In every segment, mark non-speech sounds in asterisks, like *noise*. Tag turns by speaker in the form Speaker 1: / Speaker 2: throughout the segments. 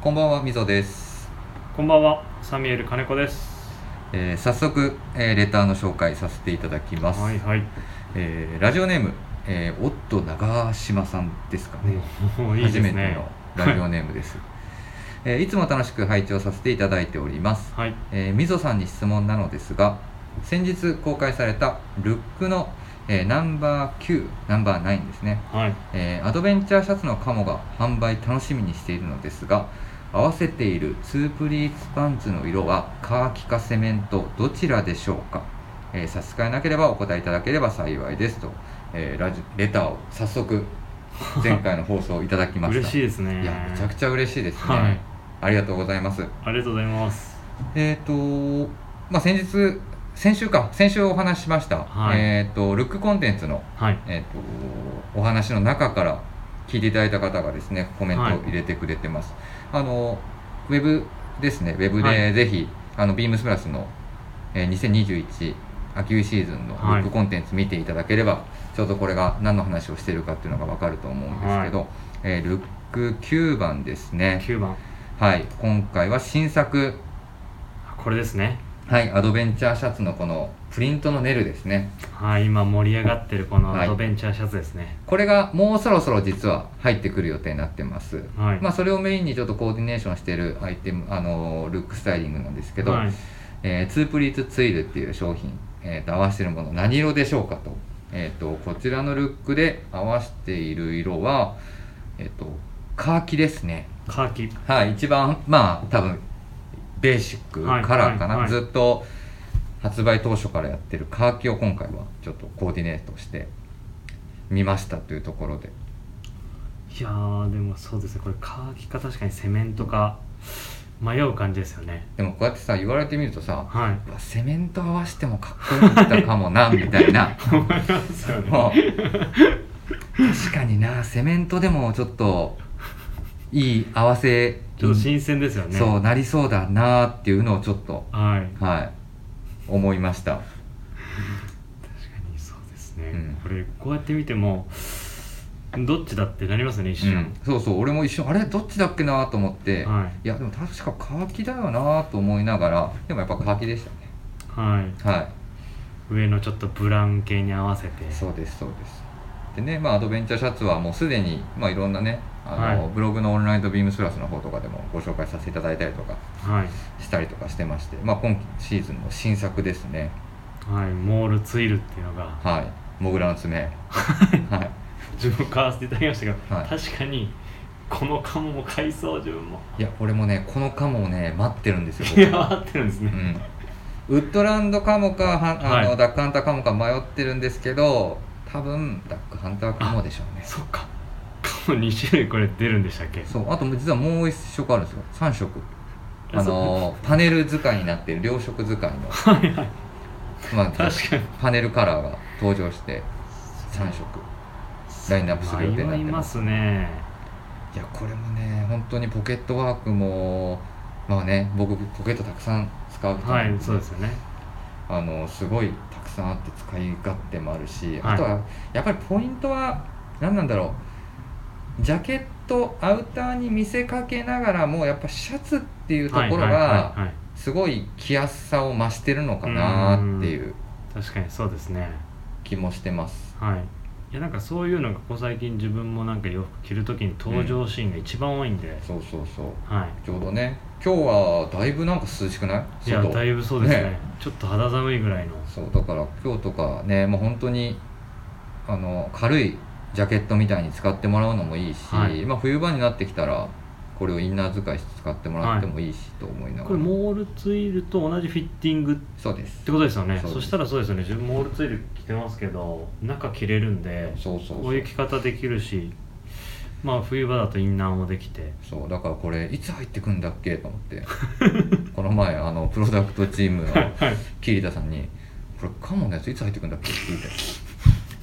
Speaker 1: こんばんはみぞです、
Speaker 2: こんばんは、サミュエル金子です。
Speaker 1: えー早速、えーレターの紹介させていただきます、
Speaker 2: はいはい。
Speaker 1: えーラジオネーム、えー、おっと長島さんですかね、
Speaker 2: もういいです
Speaker 1: 初めて
Speaker 2: ね。
Speaker 1: のラジオネームです、
Speaker 2: *laughs*
Speaker 1: えーいつも楽しく拝聴させていただいております、
Speaker 2: はい。
Speaker 1: えー、みぞさんに質問なのですが先日公開されたルックの、えーナンバー9ナンバー9ですね、
Speaker 2: はい。
Speaker 1: えーアドベンチャーシャツのカモが販売楽しみにしているのですが合わせているツープリーツパンツの色はカーキかセメントどちらでしょうか、えー差し支えなければお答えいただければ幸いですと、えーラジレターを早
Speaker 2: *laughs*
Speaker 1: 速前回の放送いただきました
Speaker 2: 嬉しいですね。
Speaker 1: いやめちゃくちゃ嬉しいですね、
Speaker 2: はい
Speaker 1: ありがとうございます
Speaker 2: ありがとうございます。
Speaker 1: えっ、と、まあ、先日先週か先週お話ししました、
Speaker 2: はい
Speaker 1: えっ、とルックコンテンツの
Speaker 2: はい。
Speaker 1: えー、とお話の中から聞いていただいた方がですねコメントを
Speaker 2: はい
Speaker 1: 入れてくれてます、あのウェブですねウェブ
Speaker 2: は
Speaker 1: でぜひ、あのビームスプラスの、えー2021秋冬シーズンのル
Speaker 2: はい
Speaker 1: ックコンテンツ見ていただければ、ちょうどこれが何の話をしているかっていうのが分かると思うんですけど、えールック9番ですね
Speaker 2: 9番。
Speaker 1: はい今回は新作
Speaker 2: あこれですね。
Speaker 1: はいアドベンチャーシャツのこのプリントのネルですね
Speaker 2: はい、今盛り上がってるこの
Speaker 1: はい
Speaker 2: アドベンチャーシャツですね。
Speaker 1: これがもうそろそろ実は入ってくる予定になってます
Speaker 2: はい。
Speaker 1: まあ、それをメインにちょっとコーディネーションしてるアイテム、あのールックスタイリングなんですけど、
Speaker 2: はい。
Speaker 1: えーツープリーツツイルっていう商品、えーと合わせてるもの何色でしょうかと,、えー、とこちらのルックで合わせている色は、えー、とカーキですね
Speaker 2: カーキ。
Speaker 1: はい一番まあ多分ベーシック
Speaker 2: はい
Speaker 1: カラーかな、
Speaker 2: はいはい
Speaker 1: ずっと発売当初からやってるカーキを今回はちょっとコーディネートしてみましたというところで
Speaker 2: いやー、でもそうですね。これカーキか確かにセメントか迷う感じですよね。
Speaker 1: でもこうやってさ言われてみるとさ、 *laughs*
Speaker 2: はい。
Speaker 1: うわセメント合わせてもかっこよかったかもなみたい
Speaker 2: *laughs*
Speaker 1: な
Speaker 2: 思いますよね。
Speaker 1: もう確かになセメントでもちょっといい合わせ
Speaker 2: ちょっと新鮮ですよね。
Speaker 1: そうなりそうだなっていうのをちょっと
Speaker 2: はい。
Speaker 1: はい思いました
Speaker 2: 確かにそうですね、
Speaker 1: うん
Speaker 2: これこうやって見てもどっちだってなりますね一
Speaker 1: う
Speaker 2: 瞬
Speaker 1: ん、、そうそう俺も一瞬あれどっちだっけなと思って、
Speaker 2: はい
Speaker 1: い、やでも確かカーキだよなと思いながらでもやっぱカーキでしたね
Speaker 2: は
Speaker 1: はい
Speaker 2: い上のちょっとブラウン系に合わせて
Speaker 1: そうですそうですでねまあアドベンチャーシャツはもうすでに、まあ、いろんなねあの、
Speaker 2: はい
Speaker 1: ブログのオンラインとビームスプラスの方とかでもご紹介させていただいたりとか
Speaker 2: はい、
Speaker 1: したりとかしてまして、まあ、今シーズンの新作ですね
Speaker 2: はい、モールツイルっていうのが
Speaker 1: はいモグラの爪
Speaker 2: *laughs*
Speaker 1: はい
Speaker 2: 自分買わせていただきましたけど、
Speaker 1: はい
Speaker 2: 確かにこのカモも買いそう自分も
Speaker 1: いや俺もねこのカモをね待ってるんですよ
Speaker 2: い
Speaker 1: 僕
Speaker 2: や合ってるんですね、
Speaker 1: うんウッドランドカモかはあの、
Speaker 2: はい
Speaker 1: ダックハンターカモか迷ってるんですけど多分ダックハンターカモでしょうね
Speaker 2: そっかカモ2種類これ出るんでしたっけ
Speaker 1: そうあともう実はもう一色あるんですよ3色あのーパネル使いになってる両色使いの、
Speaker 2: はいはい
Speaker 1: まあ、
Speaker 2: 確かに
Speaker 1: パネルカラーが登場して3色ラインナップする予定になってます
Speaker 2: 迷いますね
Speaker 1: いやこれもね本当にポケットワークもまあね僕ポケットたくさん使う人
Speaker 2: は
Speaker 1: なん
Speaker 2: い
Speaker 1: で
Speaker 2: そうですよね
Speaker 1: あのすごいたくさんあって使い勝手もあるし、
Speaker 2: はい
Speaker 1: あとはやっぱりポイントは何なんだろうジャケットアウターに見せかけながらもやっぱシャツっていうところ
Speaker 2: はいはいはい
Speaker 1: が
Speaker 2: はい
Speaker 1: すごい着やすさを増してるのかなっていう
Speaker 2: 確かにそうですね
Speaker 1: 気もしてます。
Speaker 2: はいいやなんかそういうのがここ最近自分もなんか洋服着るときに登場シーンが一番多いんで、
Speaker 1: そうそうそう
Speaker 2: はい
Speaker 1: ちょうどね今日はだいぶなんか涼しくない
Speaker 2: いや
Speaker 1: 外
Speaker 2: だいぶそうですね
Speaker 1: ね
Speaker 2: ちょっと肌寒いぐらいの
Speaker 1: そうだから今日とかねもう本当にあの軽いジャケットみたいに使ってもらうのもいいし、
Speaker 2: はい
Speaker 1: まあ、冬場になってきたらこれをインナー使いして使ってもらってもいいしと思いながら、
Speaker 2: これモールツイルと同じフィッティングっ
Speaker 1: そうです
Speaker 2: てことですよね
Speaker 1: そう
Speaker 2: そ
Speaker 1: です
Speaker 2: したらそうですよね自分モールツイル着てますけど中着れるんで
Speaker 1: そうそう
Speaker 2: こ
Speaker 1: そう
Speaker 2: いう
Speaker 1: う
Speaker 2: 着方できるしまあ冬場だとインナーもできて
Speaker 1: そうだからこれいつ入ってくんだっけと思ってこの前あのプロダクトチームの桐田さんに「これカモのやついつ入ってくんだっけ?」って聞いて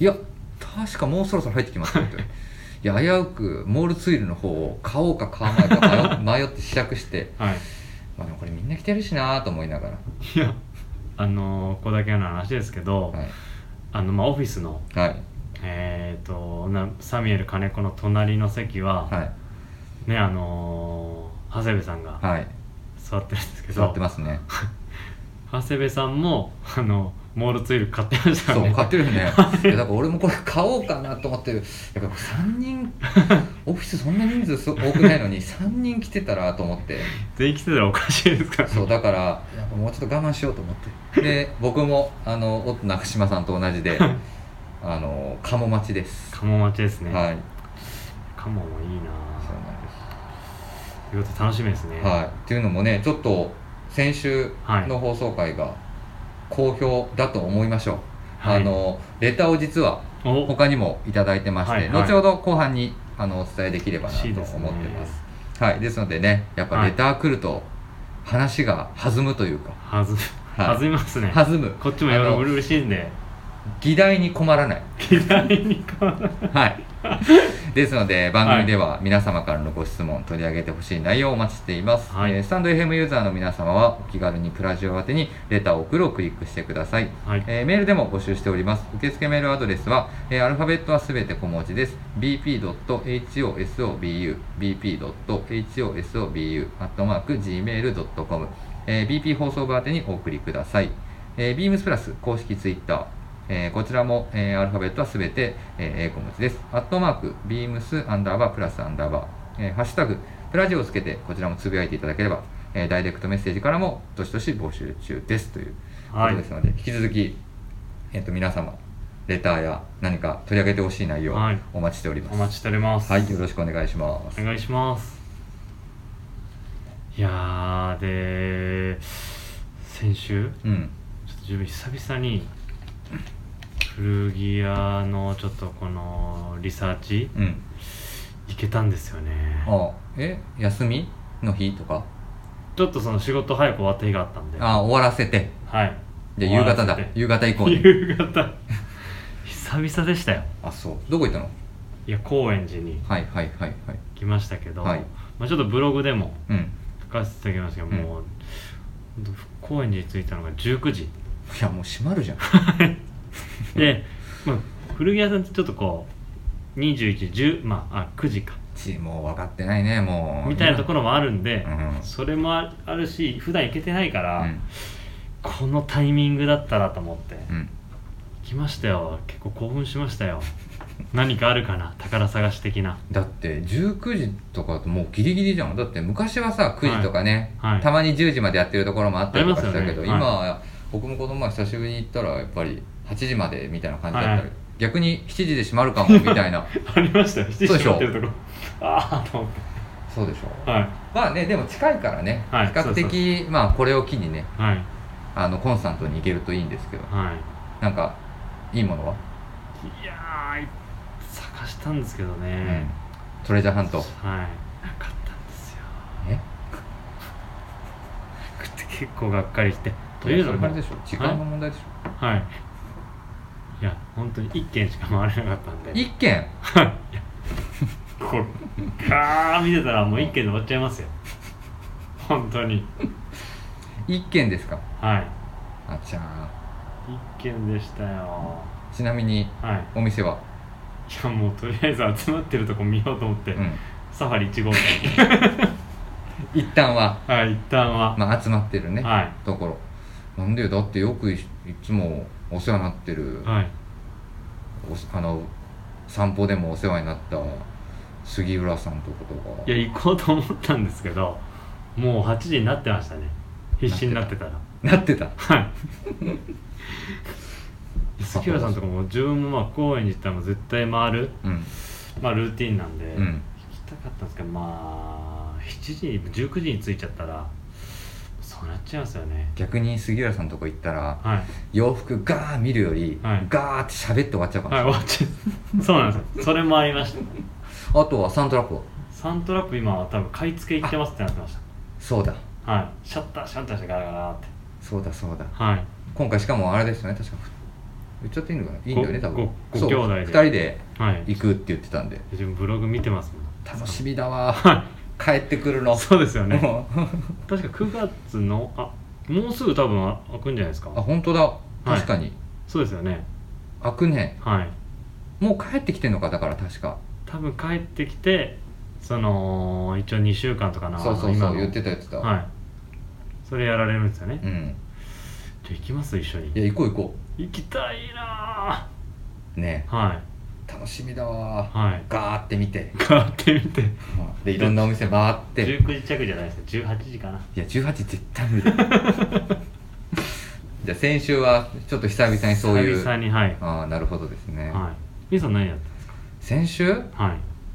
Speaker 1: 「いや確かもうそろそろ入ってきます」って言って。いや危うくモールツイルの方を買おうか買わないか *laughs* 迷迷って試着して
Speaker 2: はい
Speaker 1: まあでもこれみんな着てるしなと思いながら、
Speaker 2: いやあのーここだけの話ですけど、
Speaker 1: はい、
Speaker 2: あのまあオフィスの
Speaker 1: はい、
Speaker 2: えー、となサミュエル金子の隣の席は、
Speaker 1: はい、
Speaker 2: ねあのー長谷部さんが
Speaker 1: はい
Speaker 2: 座ってるんですけど、
Speaker 1: 座ってますね
Speaker 2: 長谷部さんもあのモールツイル買ってましたよ
Speaker 1: そう
Speaker 2: ね
Speaker 1: 買ってるよねいやだから俺もこれ買おうかなと思ってるやっぱ3人オフィスそんな人数す多くないのに3人来てたらと思って
Speaker 2: 全員来てたらおかしいですから
Speaker 1: そうだからやっぱもうちょっと我慢しようと思ってで僕もあのお中島さんと同じ
Speaker 2: *laughs*
Speaker 1: であの鴨待ちです
Speaker 2: 鴨待ちですね、
Speaker 1: はい
Speaker 2: 鴨もいいな
Speaker 1: そう
Speaker 2: ぁ
Speaker 1: なんです
Speaker 2: ということで楽しみですね
Speaker 1: はい、っていうのもねちょっと先週
Speaker 2: はい
Speaker 1: の放送回が好評だと思いましょう、
Speaker 2: はい
Speaker 1: あのレターを実は
Speaker 2: お
Speaker 1: 他にもいただいてまして、
Speaker 2: はいはい
Speaker 1: 後ほど後半にあのお伝えできればなと
Speaker 2: 欲し
Speaker 1: 思っ
Speaker 2: い
Speaker 1: て
Speaker 2: で
Speaker 1: ますす
Speaker 2: ね
Speaker 1: はい、ですのでねやっぱ
Speaker 2: はい
Speaker 1: レター来ると話が弾むというか、
Speaker 2: はず、
Speaker 1: はい
Speaker 2: はずみますね
Speaker 1: 弾む
Speaker 2: こっちも喜
Speaker 1: あの
Speaker 2: ぶ嬉しいん
Speaker 1: *laughs*
Speaker 2: で
Speaker 1: 議題に困らない
Speaker 2: 左に変わらない
Speaker 1: はい。ですので番組では皆様からのご質問取り上げてほしい内容をお待ちしています、
Speaker 2: はい
Speaker 1: えースタンド FM ユーザーの皆様はお気軽にプラジオ宛てにレターを送るをクリックしてください、
Speaker 2: はい
Speaker 1: えーメールでも募集しております受付メールアドレスは、えーアルファベットはすべて小文字です bp.hosobu bp.hosobu アットマーク gmail.com、えー bp 放送部宛てにお送りくださいえー、ビームスプラス公式ツイッター、えーこちらも、えーアルファベットはすべて、えー英語文字です。アットマーク、ビームスアンダーバープラスアンダーバー、えーハッシュタグ、プラジオをつけて、こちらもつぶやいていただければ、えーダイレクトメッセージからも、どしどし募集中ですというこ
Speaker 2: は
Speaker 1: と
Speaker 2: い
Speaker 1: ですので、引き続き、えっ、と、皆様、レターや何か取り上げてほしい内容を
Speaker 2: はい
Speaker 1: お待ちしております。
Speaker 2: お待ちしております
Speaker 1: はい、よろしくお願いします
Speaker 2: お。願いしますいやーで先週
Speaker 1: うん。
Speaker 2: ちょっと自分久々に古着屋のちょっとこのリサーチ
Speaker 1: うん。
Speaker 2: 行けたんですよね
Speaker 1: あ、え、休みの日とか
Speaker 2: ちょっとその仕事早く終わった日があったんでは
Speaker 1: あ、終わらせて。
Speaker 2: い
Speaker 1: じゃあ夕方
Speaker 2: 終わ
Speaker 1: だ
Speaker 2: らせ。て
Speaker 1: 夕方以降
Speaker 2: *laughs*
Speaker 1: に。
Speaker 2: 夕方久々でしたよ
Speaker 1: あそうどこ行ったの
Speaker 2: いや高円寺に
Speaker 1: はいはいはいはい
Speaker 2: 来ましたけど、
Speaker 1: はい
Speaker 2: まあ、ちょっとブログでも
Speaker 1: うん
Speaker 2: 書かせていただきますけど、もう高円寺に着いたのが19時
Speaker 1: いやもう閉まる
Speaker 2: *laughs*
Speaker 1: じゃん
Speaker 2: で、まあ、古着屋さんってちょっとこう21、10まああ9時か
Speaker 1: ちもう分かってないねもう
Speaker 2: みたいなところもあるんで、
Speaker 1: うん
Speaker 2: それもああるし普段行けてないから、
Speaker 1: うん
Speaker 2: このタイミングだったらと思って
Speaker 1: うん
Speaker 2: 来ましたよ結構興奮しまし
Speaker 1: *laughs*
Speaker 2: たよ何かあるかな宝探し的な
Speaker 1: だって19時とかだともうギリギリじゃんだって昔はさ9時とかね、
Speaker 2: はいはい
Speaker 1: たまに10時までやってるところもあったりとか
Speaker 2: あり
Speaker 1: し
Speaker 2: ます
Speaker 1: た
Speaker 2: よね
Speaker 1: けど、
Speaker 2: はい
Speaker 1: 今は僕もこの前久しぶりに行ったらやっぱり8時までみたいな感じだったり、
Speaker 2: はい
Speaker 1: 逆に7時で閉まるかもみたいな
Speaker 2: ありましたよ7時
Speaker 1: そうでしょ
Speaker 2: 閉まってるとこ *laughs* ああと思っ
Speaker 1: *laughs* そうでしょ
Speaker 2: てはい
Speaker 1: まあねでも近いからね、
Speaker 2: はい
Speaker 1: 比較
Speaker 2: そう
Speaker 1: 的まあこれを機にね
Speaker 2: はい
Speaker 1: あのコンスタントに行けるといいんですけど
Speaker 2: はい
Speaker 1: なんかいいものは、
Speaker 2: いやーい探したんですけど
Speaker 1: うん
Speaker 2: ね、
Speaker 1: トレジャーハント
Speaker 2: はいなかったんですよ
Speaker 1: え
Speaker 2: なくて結構がっかりしてと
Speaker 1: と
Speaker 2: い
Speaker 1: りあえ
Speaker 2: うの
Speaker 1: ず
Speaker 2: も
Speaker 1: あれでしょ時間の問題でしょ、
Speaker 2: はい、はい、いや本当に1軒しか回れなかったんで
Speaker 1: 一軒
Speaker 2: こうガー見てたらもう1軒で終わっちゃいますよ本当に
Speaker 1: 一軒ですか
Speaker 2: はい
Speaker 1: あちゃー
Speaker 2: 1軒でしたよ
Speaker 1: ちなみに
Speaker 2: はい
Speaker 1: お店は、
Speaker 2: いやもうとりあえず集まってるとこ見ようと思って、 *laughs*
Speaker 1: うん、
Speaker 2: サファリ1号店
Speaker 1: 一旦は
Speaker 2: はい一旦は、
Speaker 1: まあ集まってるね、
Speaker 2: はい
Speaker 1: ところなんでよだってよくいいつもお世話になってる、
Speaker 2: はい
Speaker 1: おあの散歩でもお世話になった杉浦さんとことか
Speaker 2: いや行こうと思ったんですけどもう8時になってましたね必死になってたら
Speaker 1: なってた
Speaker 2: はい *laughs* 杉浦さんとかも自分もまあ高円寺行ったらもう絶対回る、
Speaker 1: うん
Speaker 2: まあ、ルーティンなんで、
Speaker 1: う
Speaker 2: 行
Speaker 1: ん
Speaker 2: きたかったんですけどまあ7時19時に着いちゃったらそうなっちゃいますよね
Speaker 1: 逆に杉浦さんとこ行ったら
Speaker 2: はい
Speaker 1: 洋服ガー見るより、
Speaker 2: はい
Speaker 1: ガーって喋って終わっちゃうかもし
Speaker 2: はい
Speaker 1: れな
Speaker 2: 終
Speaker 1: い、
Speaker 2: わっちゃうそうなんですよそれもありました
Speaker 1: あとはサントラップは
Speaker 2: サントラップ今は多分買い付け行ってますってなってまし
Speaker 1: そうだ
Speaker 2: たはいシャッターシャッターしてガラガラって
Speaker 1: そうだそうだ
Speaker 2: はい
Speaker 1: 今回しかもあれですよね確か言っちゃっていいのかないいんだよね
Speaker 2: ご
Speaker 1: 多分
Speaker 2: ご
Speaker 1: そう
Speaker 2: ご兄弟で
Speaker 1: 2人で
Speaker 2: はい
Speaker 1: 行くって言ってたんで
Speaker 2: 自分ブログ見てますもん
Speaker 1: 楽しみだ
Speaker 2: *laughs*
Speaker 1: わ
Speaker 2: は
Speaker 1: 帰ってくるの
Speaker 2: いそうですよね
Speaker 1: *laughs* もう
Speaker 2: 確か9月のあもうすぐ多分あ開くんじゃないです
Speaker 1: あ
Speaker 2: か
Speaker 1: 本当だ確かに、
Speaker 2: そうですよね
Speaker 1: 開くね
Speaker 2: はい
Speaker 1: もう帰ってきてんのかだから確か
Speaker 2: 多分帰ってきてその一応2週間とかな
Speaker 1: そうそう
Speaker 2: 今
Speaker 1: そう
Speaker 2: の
Speaker 1: 言ってた言ってた、
Speaker 2: はいそれやられるんですよね、
Speaker 1: うん
Speaker 2: じゃあ行きます一緒に
Speaker 1: いや行こう行こ
Speaker 2: 行きたいな
Speaker 1: うね
Speaker 2: ぁはい
Speaker 1: 楽しみだわ
Speaker 2: はい
Speaker 1: ガーって見て
Speaker 2: 買ってみて
Speaker 1: でいろんなお店回ってい
Speaker 2: 19時着じゃないですね18時かな
Speaker 1: や18絶対無理 *laughs* じゃあ先週はちょっと久々にそういう
Speaker 2: 久々にはい、
Speaker 1: ああなるほどですね、
Speaker 2: はいみさん何やったんですか
Speaker 1: 先週
Speaker 2: はい
Speaker 1: い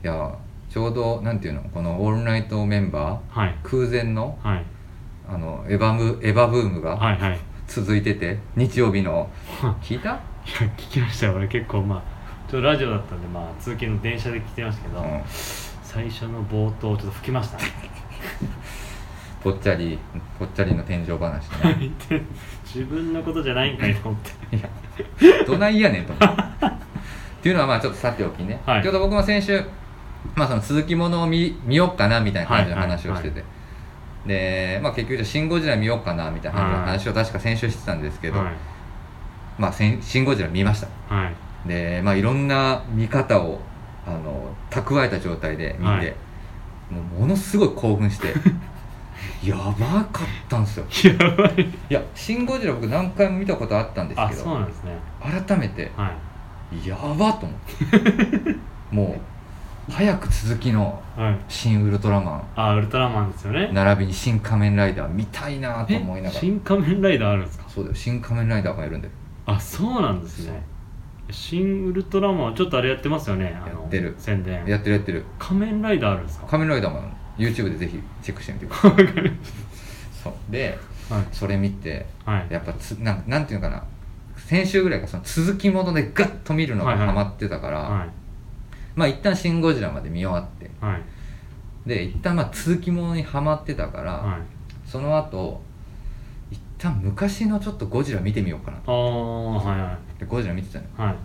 Speaker 1: やちょうどなんていうのこの「オールナイト」メンバ
Speaker 2: はい
Speaker 1: ー空前の
Speaker 2: はい
Speaker 1: あのエヴァムエヴァブームが
Speaker 2: はい *laughs* はい
Speaker 1: 続いてて、日曜日の聞いた、
Speaker 2: いや聞きましたよ俺結構まあちょっとラジオだったんでまあ通勤の電車で聞いてました
Speaker 1: う
Speaker 2: けど、
Speaker 1: ん、
Speaker 2: 最初の冒頭ちょっと吹きましたね
Speaker 1: ぽっちゃりぽっちゃりの天井話ね *laughs*
Speaker 2: 自分のことじゃないんかいと思って
Speaker 1: どないやねんと思ってっていうのはまあちょっとさておきね、
Speaker 2: はい
Speaker 1: ちょうど僕も先週、まあ、その続きものを見見よっかなみたいな感じの話をしてて、
Speaker 2: はいは
Speaker 1: で、まあ、結局じゃあ「シン・ゴジラ」見よっかなみたいな話を確か先週してたんですけど、
Speaker 2: はい
Speaker 1: まあ、先シン・ゴジラ見ました
Speaker 2: はい
Speaker 1: で、まあ、いろんな見方をあの蓄えた状態で見て、
Speaker 2: はい
Speaker 1: もうものすごい興奮して
Speaker 2: *laughs*
Speaker 1: やばかったんですよ
Speaker 2: やばい
Speaker 1: いや「シン・ゴジラ」僕何回も見たことあったんです
Speaker 2: あ
Speaker 1: け
Speaker 2: そう
Speaker 1: ど
Speaker 2: なんですね
Speaker 1: 改めて
Speaker 2: はい
Speaker 1: やばと思って
Speaker 2: *laughs*
Speaker 1: もう早く続きの
Speaker 2: はい
Speaker 1: 「シン・ウルトラマ
Speaker 2: あウルトラマンですよね
Speaker 1: ン」並びに「新仮面ライダー」見たいなと
Speaker 2: え
Speaker 1: 思いながら
Speaker 2: 新仮面ライダーあるんですか
Speaker 1: そうだよ新仮面ライダーがいるんだよ
Speaker 2: あそうなんですね新ウルトラマンちょっとあれやってますよねあの
Speaker 1: やってる
Speaker 2: 宣伝
Speaker 1: やってるやってる
Speaker 2: 仮面ライダーあるんですか
Speaker 1: 仮面ライダーマン YouTube でぜひチェックしてみてくだ
Speaker 2: *laughs*
Speaker 1: さいそうで
Speaker 2: はい
Speaker 1: それ見て
Speaker 2: はい
Speaker 1: やっぱつなんなんていうのかな先週ぐらいからその続きものでガッと見るのがハマってたから、
Speaker 2: はい
Speaker 1: まあ一旦シン・ゴジラ」まで見終わって
Speaker 2: はい
Speaker 1: で一旦まあ続きものにハマってたから、
Speaker 2: はい
Speaker 1: その後一旦昔のちょっとゴジラ見てみようかなと
Speaker 2: ああはいは
Speaker 1: でゴジラ見てたのよ
Speaker 2: いはい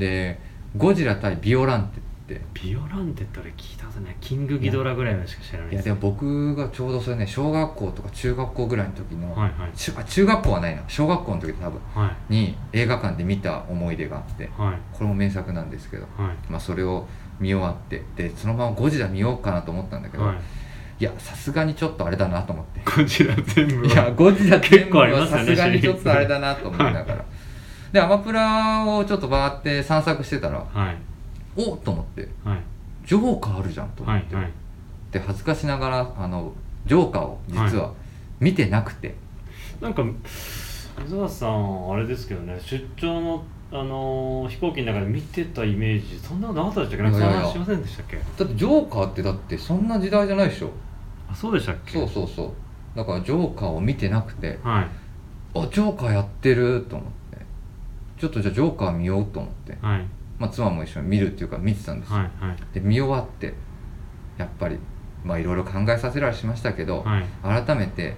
Speaker 1: でゴジラ対ビオランテって
Speaker 2: ビオランテって俺聞いたことないキングギドラぐらいのしか知らない
Speaker 1: いやでも僕がちょうどそれね小学校とか中学校ぐらいの時の、
Speaker 2: はいはい
Speaker 1: ちゅあ中学校はないな小学校の時多分
Speaker 2: はい
Speaker 1: に映画館で見た思い出があって
Speaker 2: はい
Speaker 1: これも名作なんですけど、
Speaker 2: はい
Speaker 1: まあ、それを見終わってでそのままゴジラ見ようかなと思ったんだけど、
Speaker 2: はいい、
Speaker 1: やさすがにちょっとあれだなと思って
Speaker 2: こちら全部
Speaker 1: い
Speaker 2: は
Speaker 1: やゴジラ全
Speaker 2: 結
Speaker 1: 部
Speaker 2: 構ありま
Speaker 1: は
Speaker 2: すよ
Speaker 1: さ
Speaker 2: ね
Speaker 1: すがに
Speaker 2: シ
Speaker 1: ち
Speaker 2: リ
Speaker 1: ょ
Speaker 2: ーズ
Speaker 1: っ
Speaker 2: *laughs*
Speaker 1: とあれだなと思いながらでアマプラをちょっとバーって散策してたら
Speaker 2: はい
Speaker 1: おっと思って
Speaker 2: はい
Speaker 1: ジョーカーあるじゃんと思
Speaker 2: は
Speaker 1: っ
Speaker 2: い
Speaker 1: て、
Speaker 2: はい
Speaker 1: で恥ずかしながらあのジョーカーを実は見てなくて、
Speaker 2: なんか水橋さんあれですけどね出張のあのー飛行機の中で見てたイメージそんなことなかったでしたっけなんか
Speaker 1: い
Speaker 2: そ
Speaker 1: や
Speaker 2: ん
Speaker 1: い
Speaker 2: な
Speaker 1: や
Speaker 2: 話しませんでしたっけ
Speaker 1: だってジョーカーってだってそんな時代じゃないでしょ
Speaker 2: あそうでしたっけ
Speaker 1: そうそうそうだからジョーカーを見てなくて
Speaker 2: はい
Speaker 1: あジョーカーやってると思ってちょっとじゃあジョーカー見ようと思って、
Speaker 2: はい
Speaker 1: まあ、妻も一緒に見るっていうか見てたんですよ、
Speaker 2: はいはい
Speaker 1: で見終わってやっぱりまあいろいろ考えさせられしましたけど、
Speaker 2: はい
Speaker 1: 改めて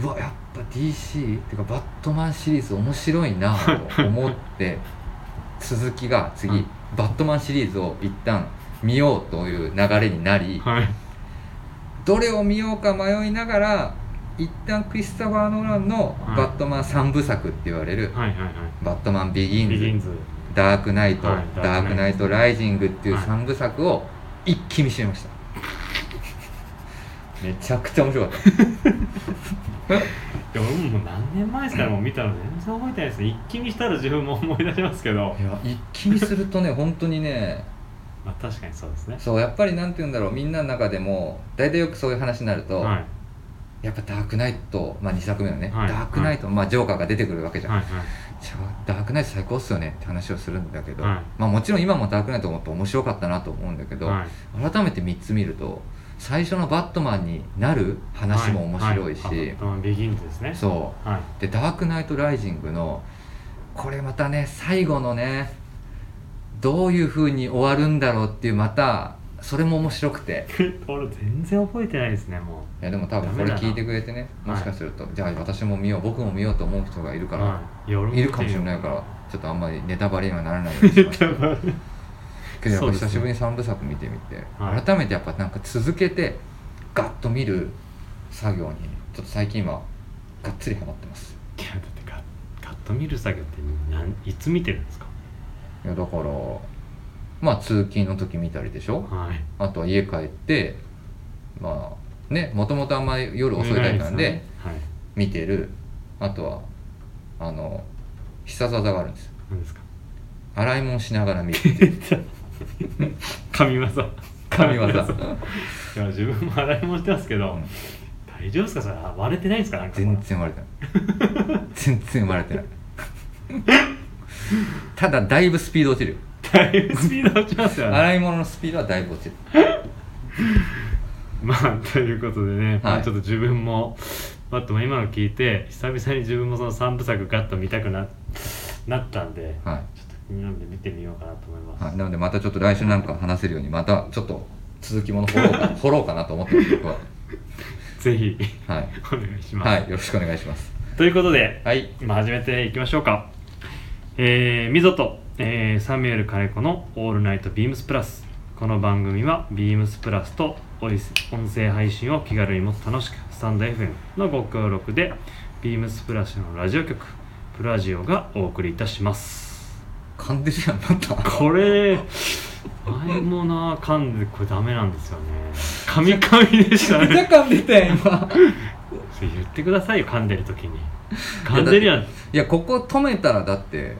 Speaker 1: うわやっぱ DC っていうかバットマンシリーズ面白いなと思って *laughs* 続きが次、
Speaker 2: うん
Speaker 1: バットマンシリーズを一旦見ようという流れになり、
Speaker 2: はい
Speaker 1: どれを見ようか迷いながら一旦クリストファー・ノーランの
Speaker 2: はい
Speaker 1: バットマン3部作って言われる、
Speaker 2: はいはい
Speaker 1: バットマンビギ
Speaker 2: はい
Speaker 1: ンズ
Speaker 2: ビギンズ
Speaker 1: ダークナイト、
Speaker 2: はい
Speaker 1: ダ
Speaker 2: ダ
Speaker 1: ー
Speaker 2: ー
Speaker 1: ク
Speaker 2: ク
Speaker 1: ナ
Speaker 2: ナ
Speaker 1: イ
Speaker 2: イ
Speaker 1: トライジングっていう
Speaker 2: はい
Speaker 1: 3部作を一気見しめました、めちゃくちゃ面白かった
Speaker 2: でももう何年前ですからもう見たの全然覚えてないですね一気にしたら自分も思い出しますけど
Speaker 1: いや一気にする *laughs* とね本当にね
Speaker 2: まあ確かにそうですね
Speaker 1: そうやっぱりなんて言うんだろうみんなの中でも大体よくそういう話になると、
Speaker 2: はい
Speaker 1: やっぱ「ダークナイト」まあ、2作目のね「
Speaker 2: はい
Speaker 1: ダークナイト」まあジョーカーが出てくるわけじゃん、
Speaker 2: はいはい
Speaker 1: じゃあダークナイト最高っすよね」って話をするんだけど、
Speaker 2: はい
Speaker 1: まあ、もちろん今も「ダークナイト」もやっぱ面白かったなと思うんだけど、
Speaker 2: はい
Speaker 1: 改めて3つ見ると最初の「バットマン」になる話も面白いし、
Speaker 2: ははあバットマンビギンズですね
Speaker 1: そう
Speaker 2: はい *laughs*
Speaker 1: で「ダークナイト・ライジングの」これまたね最後のねどういう風に終わるんだろうっていうまたそれも面白くて
Speaker 2: 俺全然覚えてないですねも
Speaker 1: いやでも多分これ聞いてくれてね
Speaker 2: ダメだ
Speaker 1: もし
Speaker 2: な
Speaker 1: かすると、じゃあ私も見よう僕も見ようと思う人がいる
Speaker 2: う
Speaker 1: から、
Speaker 2: はいや俺
Speaker 1: いるかもしれないからちょっとあんまりネタバレにはならないよ
Speaker 2: *laughs*
Speaker 1: うにしましたけどやっぱ久しぶりに3部作見てみて、
Speaker 2: はい
Speaker 1: 改めてやっぱなんか続けてガッと見る作業にちょっと最近はがっつりハマってます
Speaker 2: いやだってガッガッと見る作業ってなんいつ見てるんですか
Speaker 1: いやだからまあ通勤の時見たりでしょ
Speaker 2: はい
Speaker 1: あとは家帰ってまあねもともとあんまり夜遅いタイプなんで
Speaker 2: はい
Speaker 1: 見てるあとはあの必殺技があるんです
Speaker 2: 何ですか
Speaker 1: 洗い物しながら見るっていう
Speaker 2: 神業
Speaker 1: *laughs* 神業
Speaker 2: いや自分も洗い物してますけど、
Speaker 1: うん
Speaker 2: 大丈夫ですかそれ割れてないですかなんか
Speaker 1: 全然割れてない全然割 *laughs* れてないただだいぶスピード落ちるよ
Speaker 2: だいぶスピード落ちますよね
Speaker 1: 洗い物のスピードはだいぶ落ちる
Speaker 2: まあということでね、まあ
Speaker 1: はい
Speaker 2: ちょっと自分もバットマン今の聞いて久々に自分もその3部作ガッと見たくななったんで
Speaker 1: はい
Speaker 2: ちょっと気になるんで見てみようかなと思います、
Speaker 1: はい、なのでまたちょっと来週なんか話せるようにまたちょっと続きもの掘ろうか *laughs* 掘ろうかなと思ってます僕は
Speaker 2: ぜひ *laughs*
Speaker 1: はい、
Speaker 2: お願いします、
Speaker 1: はい、よろしくお願いします
Speaker 2: ということで
Speaker 1: はい
Speaker 2: 今始めていきましょうかえー、みぞと、えーサミュエル金子の「オールナイトビームスプラス」この番組はビームスプラスとおい音声配信を気軽にもっと楽しくスタンド FM のご協力でビームスプラスのラジオ局プラジオがお送りいたします
Speaker 1: 噛んでるやんまた
Speaker 2: これ前もな噛んでこれダメなんですよね噛み噛みでした
Speaker 1: め
Speaker 2: ね
Speaker 1: っちゃ噛んでたやん今
Speaker 2: 言ってくださいよ噛んでる時に噛んでるやん
Speaker 1: *laughs* いやここ止めたらだって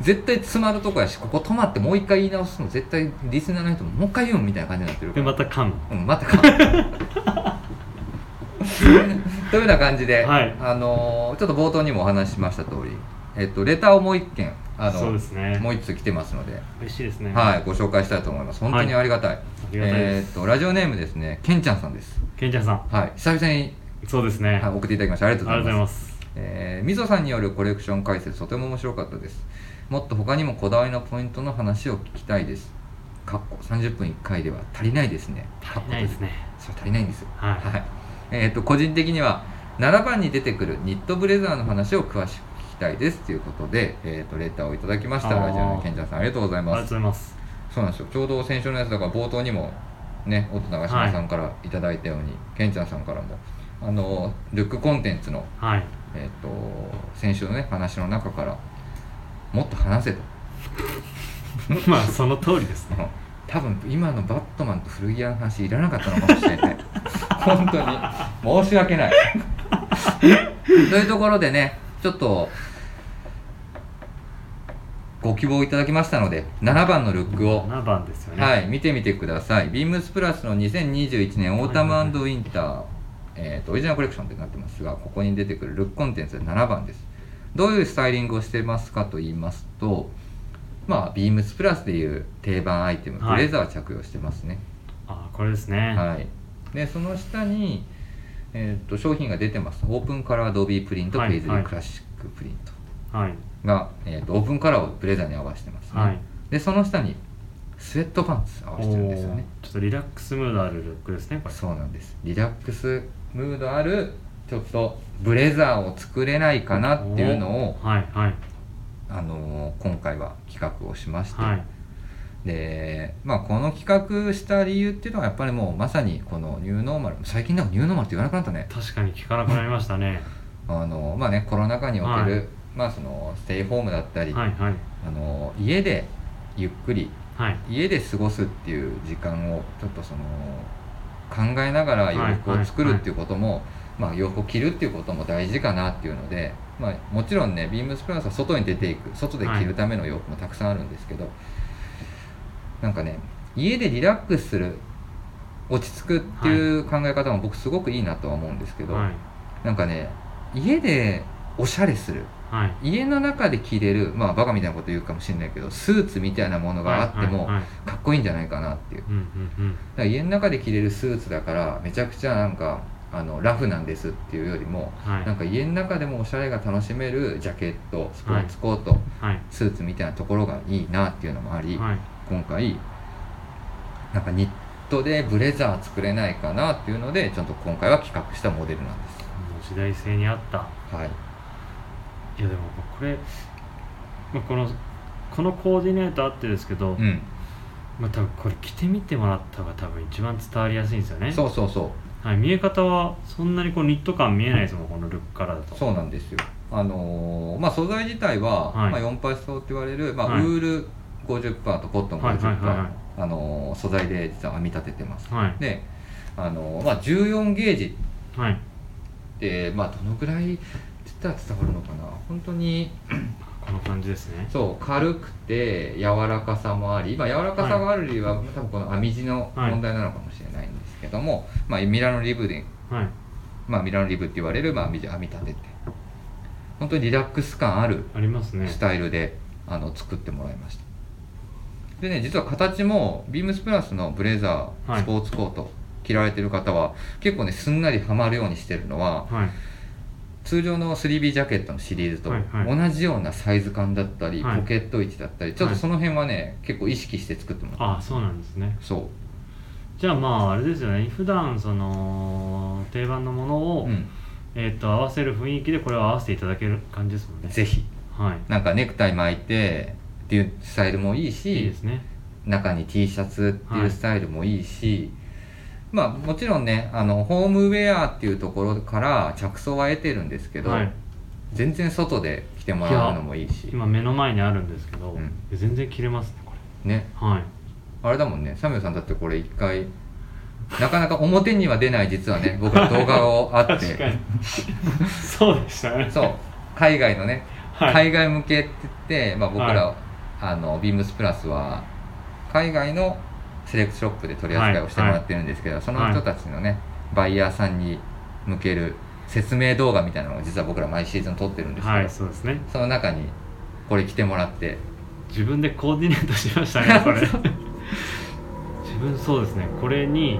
Speaker 1: 絶対詰まるとこやしここ止まってもう一回言い直すの絶対リスナーの人ももう一回言うみたいな感じになってるか
Speaker 2: で
Speaker 1: ら
Speaker 2: また噛む
Speaker 1: うん、またか。と *laughs* いうような感じで、
Speaker 2: はい
Speaker 1: あのーちょっと冒頭にもお話ししました通り、えっと、レターをもう一件、あの
Speaker 2: そうですね
Speaker 1: もう一通来てますので、
Speaker 2: 美味しいですね
Speaker 1: はい、ご紹介したいと思います。本当にありがたい。
Speaker 2: りがたいで
Speaker 1: えっと、ラジオネームですね、けんちゃんさんです。
Speaker 2: ケンちゃんさん
Speaker 1: はい、久々に、
Speaker 2: そうですね、
Speaker 1: はい、送っていただきましてありがとう
Speaker 2: ありがとう
Speaker 1: ご
Speaker 2: ご
Speaker 1: ざ
Speaker 2: ざ
Speaker 1: い
Speaker 2: い
Speaker 1: ま。
Speaker 2: ますす
Speaker 1: えーみぞさんによるコレクション解説とても面白かったですもっと他にもこだわりのポイントの話を聞きたいですかっこ30分1回では足りないですね
Speaker 2: 足りないですね
Speaker 1: そう足りないんですよ
Speaker 2: はい
Speaker 1: えっ、と個人的には7番に出てくるニットブレザーの話を詳しく聞きたいですということで、えー、とレターをいただきました
Speaker 2: あー
Speaker 1: ラジオの賢者さんありがとうござい
Speaker 2: ありがとう
Speaker 1: ま
Speaker 2: ご
Speaker 1: す
Speaker 2: ざいます
Speaker 1: そうなんですよちょうど先週のやつだから冒頭にもね音長島さんからいただいたように、けんちゃんさんからもあのルックコンテンツの *laughs*
Speaker 2: はい
Speaker 1: えっと先週のね話の中からもっと話せと
Speaker 2: まあその通りですね
Speaker 1: うん多分今のバットマンと古着屋の話いらなかったのかもしれない本当に申し訳ない *laughs* というところでねちょっとご希望いただきましたので7番のルックを
Speaker 2: 7番ですよね
Speaker 1: はい、見てみてください。ビームスプラスの2021年オータムウィンター、えーと、オリジナルコレクションってなってますが、ここに出てくるルックコンテンツ7番です。どういうスタイリングをしてますかと言いますと、まあ、ビームスプラスでいう定番アイテム、
Speaker 2: はい
Speaker 1: ブレザーを着用してますね。
Speaker 2: あこれですね、
Speaker 1: はい。で、その下に、えーと、商品が出てます。オープンカラードビープリント、
Speaker 2: はい
Speaker 1: ペイズリ
Speaker 2: は
Speaker 1: ー
Speaker 2: い
Speaker 1: クラシックプリント
Speaker 2: はい
Speaker 1: が、えーと、オープンカラーをブレザーに合わせてますね。
Speaker 2: はい
Speaker 1: で、その下に、スウェットパンツ合わせてるんですよね。
Speaker 2: おーちょっとリラックスムードあるルックですねこれ
Speaker 1: そうなんですリラックスムードあるちょっとブレザーを作れないかなっていうのを
Speaker 2: お、ーはいはい
Speaker 1: あのー今回は企画をしまして、
Speaker 2: はい
Speaker 1: で、まあ、この企画した理由っていうのはやっぱりもうまさにこのニューノーマル最近なんかニューノーマルって言わなくなったね
Speaker 2: 確かに聞かなくなりましたね
Speaker 1: あのーまあねコロナ禍における、
Speaker 2: はい
Speaker 1: まあそのステイホームだったり、
Speaker 2: はいはい
Speaker 1: あのー家でゆっくり
Speaker 2: はい
Speaker 1: 家で過ごすっていう時間をちょっとその考えながら洋服を作るっていうことも、まあ、洋服を着るっていうことも大事かなっていうので、まあ、もちろんねビームスプラスは外に出ていく外で着るための洋服もたくさんあるんですけど、なんかね家でリラックスする落ち着くっていう考え方も僕すごくいいなとは思うんですけど、
Speaker 2: はい
Speaker 1: なんかね家でおしゃれする
Speaker 2: はい
Speaker 1: 家の中で着れるまあバカみたいなこと言うかもしれないけどスーツみたいなものがあっても、
Speaker 2: はいはいはい
Speaker 1: かっこいいんじゃないかなっていうだか
Speaker 2: うんうん
Speaker 1: ら家の中で着れるスーツだからめちゃくちゃなんかあのラフなんですっていうよりも
Speaker 2: うんはい
Speaker 1: なんか家の中でもおしゃれが楽しめるジャケットスポーツコート、
Speaker 2: はい
Speaker 1: スーツみたいなところがいいなっていうのもあり、
Speaker 2: はい
Speaker 1: 今回なんかニットでブレザー作れないかなっていうのでちょっと今回は企画したモデルなんです
Speaker 2: もう時代性に合った
Speaker 1: はい
Speaker 2: いやでもこれ、まあ、このこのコーディネートあってですけど、
Speaker 1: うん
Speaker 2: まあ、多分これ着てみてもらった方が多分一番伝わりやすいんですよね
Speaker 1: そうそうそう
Speaker 2: はい、見え方はそんなにこうニット感見えないですもんこのルックからだと
Speaker 1: そうなんですよあのーまあ素材自体は、
Speaker 2: はい
Speaker 1: まあ、4パイソーって言われる、まあ、
Speaker 2: はい
Speaker 1: ウール50%とコットン50%、
Speaker 2: はいはいはいはい
Speaker 1: あのー素材で実は編み立ててます、
Speaker 2: はい
Speaker 1: であのーまあ、14ゲージ
Speaker 2: はい
Speaker 1: って、まあ、どのぐらいって言ったら伝わるのかな本当に
Speaker 2: この感じですね
Speaker 1: そう軽くて柔らかさもあり、まあ、柔らかさがある理由は、多分この編み地の問題なのかもしれないんですけども、まあ、ミラノリブで、
Speaker 2: はい
Speaker 1: まあ、ミラノリブって言われる、まあ、編み地編み立てて本当にリラックス感ある
Speaker 2: ありますね
Speaker 1: スタイルで、あの作ってもらいましたでね実は形もビームスプラスのブレザ
Speaker 2: は
Speaker 1: ー
Speaker 2: い
Speaker 1: スポーツコート、着られてる方は結構ねすんなりはまるようにしてるのは
Speaker 2: はい
Speaker 1: 通常の 3B ジャケットのシリーズと
Speaker 2: はいは
Speaker 1: 同じようなサイズ感だったり、
Speaker 2: はい
Speaker 1: ポケット位置だったりちょっとその辺はね、結構意識して作ってもらった
Speaker 2: ああそうなんですね
Speaker 1: そ
Speaker 2: じゃあまああれですよね普段その定番のもの
Speaker 1: う、
Speaker 2: を、
Speaker 1: うん、
Speaker 2: えっと合わせる雰囲気でこれを合わせていただける感じですもんね
Speaker 1: ぜひ
Speaker 2: はい
Speaker 1: なんかネクタイ巻いてっていうスタイルもいいし
Speaker 2: いいですね
Speaker 1: 中に T シャツってい
Speaker 2: は
Speaker 1: う
Speaker 2: い
Speaker 1: スタイルもいいし、まあもちろんねあのホームウェアっていうところから着想は得てるんですけど、
Speaker 2: はい
Speaker 1: 全然外で着てもらうのもいいし
Speaker 2: 今目の前にあるんですけど、
Speaker 1: うん
Speaker 2: 全然切れますねこ
Speaker 1: ね
Speaker 2: れはい
Speaker 1: あれだもんねサミュエルさんだってこれ一回なかなか表には出ない実はね僕の動画をあっ
Speaker 2: *laughs* 確か
Speaker 1: て
Speaker 2: に *laughs* そうでしたね
Speaker 1: そう海外のね、
Speaker 2: はい
Speaker 1: 海外向けって言って、まあ、僕ら、
Speaker 2: は
Speaker 1: あのビームスプラスは海外のセレクトショップで取り扱いをしてもらってるんですけど、その人たちのね、バイヤーさんに向ける説明動画みたいなのを実は僕ら毎シーズン撮ってるんですけど、
Speaker 2: はいそうですね
Speaker 1: その中にこれ着てもらって
Speaker 2: 自分でコーディネートしましたねこれ自分そうですねこれに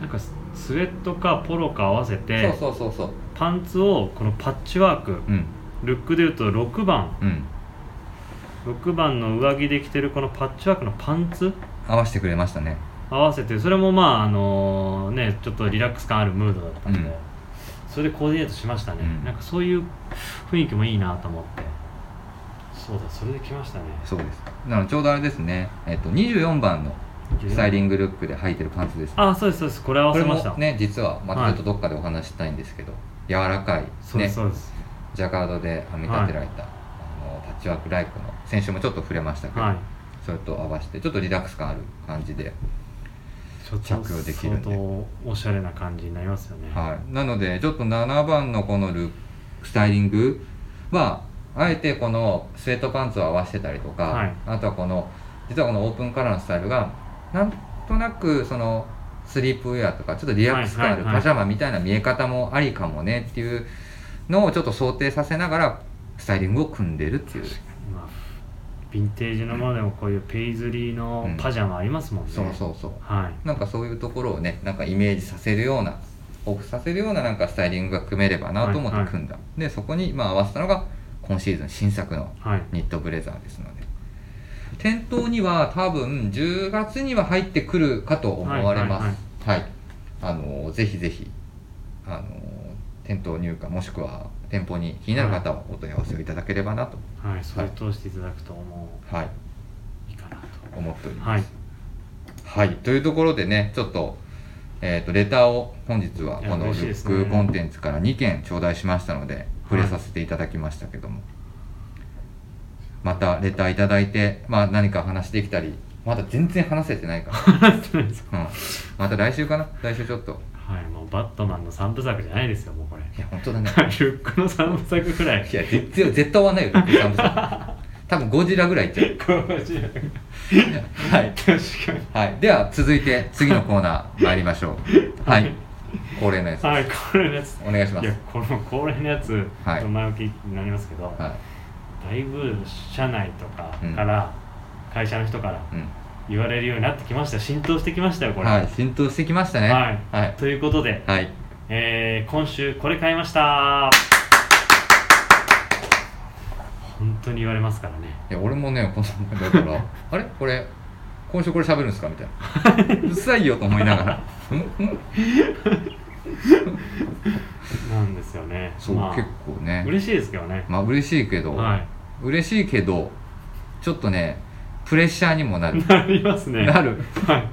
Speaker 2: なんかススウェットかポロか合わせて
Speaker 1: そうそうそうそう
Speaker 2: パンツをこのパッチワーク
Speaker 1: うん
Speaker 2: ルックでいうと6番
Speaker 1: うん
Speaker 2: 6番の上着で着てるこのパッチワークのパンツ
Speaker 1: 合わせてくれましたね
Speaker 2: 合わせてそれもまああのねちょっとリラックス感あるムードだったんで、
Speaker 1: うん
Speaker 2: それでコーディネートしましたね、
Speaker 1: うん
Speaker 2: なんかそういう雰囲気もいいなと思ってそうだそれで来ましたね
Speaker 1: そうですなのでちょうどあれですね、えっと、24番のスタイリングルックで履いてるパンツですね
Speaker 2: あそうですそうですこれ合わ
Speaker 1: こ
Speaker 2: せ
Speaker 1: れ
Speaker 2: ま
Speaker 1: も
Speaker 2: した、
Speaker 1: ね実はまたちょっとどっかでお話ししたいんですけど、柔らかい
Speaker 2: そうで
Speaker 1: ね
Speaker 2: すそうです、
Speaker 1: ジャガードで編み立てられた、あのタッチワークライクの先週もちょっと触れましたけど、
Speaker 2: はい
Speaker 1: それと合わせてちょっとリラックス感ある感じで、
Speaker 2: ちょっ
Speaker 1: 着用できるんで
Speaker 2: 相当おしゃれな感じになりますよね
Speaker 1: はい、なのでちょっと7番のこのルックスタイリングはあえてこのスウェットパンツを合わせてたりとか、
Speaker 2: はい
Speaker 1: あとはこの実はこのオープンカラーのスタイルがなんとなくそのスリープウェアとかちょっとリラックス感あ
Speaker 2: はい
Speaker 1: る
Speaker 2: はいはい
Speaker 1: パジャマみたいな見え方もありかもねっていうのをちょっと想定させながらスタイリングを組んでるっていう
Speaker 2: まあヴィンテージのものでもこういうペイズリーのパジャマありますもんね、
Speaker 1: そうそうそう
Speaker 2: はい
Speaker 1: なんかそういうところをねなんかイメージさせるようなオフさせるようななんかスタイリングが組めればなと思って組んだ、でそこにまあ合わせたのが今シーズン新作の
Speaker 2: はい
Speaker 1: ニットブレザーですので店頭には多分10月には入ってくるかと思われますはいあのぜひぜひあの店頭入荷もしくは店舗に気になる方はお問い合わせをいただければなと、
Speaker 2: はいそれ通していただくとも
Speaker 1: はい、
Speaker 2: ういいかなと
Speaker 1: 思っております、
Speaker 2: はい
Speaker 1: はい、というところでね、ちょっと、えっ、と、レターを本日はい
Speaker 2: や
Speaker 1: このル
Speaker 2: 嬉しいで
Speaker 1: ッ
Speaker 2: すね
Speaker 1: クコンテンツから2件頂戴しましたので、触れさせていただきましたけども、またレターいただいて、まあ何か話できたり、まだ全然話せてない
Speaker 2: *laughs*
Speaker 1: か
Speaker 2: 話してないです
Speaker 1: ら、うん、また来週かな来週ちょっと。
Speaker 2: はいもうバットマンの三部作じゃないですよもうこれ
Speaker 1: いや、本当だね。
Speaker 2: ルックの三部作くらい
Speaker 1: いや、絶対、絶対終わんないよ、ルックさんもさ多分ゴジラぐらいいっちゃう。
Speaker 2: こういう感じ
Speaker 1: はい。
Speaker 2: 確かに
Speaker 1: はい。では、続いて、次のコーナー参りましょう。はい。恒例のやつ。
Speaker 2: はいこれのやつ
Speaker 1: お願いしま
Speaker 2: い
Speaker 1: す
Speaker 2: や。この恒例のやつ、
Speaker 1: はい
Speaker 2: ちょっと前置きになりますけど、
Speaker 1: は
Speaker 2: だいぶ社内とか
Speaker 1: うん
Speaker 2: から、会社の人から
Speaker 1: い。うん。
Speaker 2: 言われるようになってきました浸透してきましたよこれ、
Speaker 1: はい、浸透してきましたね。
Speaker 2: はい
Speaker 1: はい。
Speaker 2: ということで、
Speaker 1: はい。
Speaker 2: えー今週これ買いました本当に言われますからね
Speaker 1: いや、俺もね、この前だから、 *laughs* あれこれ、今週これ喋るんですかみたいな。
Speaker 2: *laughs*
Speaker 1: うるさいよと思いながら。うんうん
Speaker 2: なんですよね
Speaker 1: そう、
Speaker 2: まあ
Speaker 1: 結構ね。
Speaker 2: 嬉しいですけどね、
Speaker 1: まあ、嬉しいけど、
Speaker 2: はい
Speaker 1: 嬉しいけど、ちょっとね、プレッシャーにも
Speaker 2: *laughs*
Speaker 1: なる。
Speaker 2: なりますね
Speaker 1: なる。
Speaker 2: はい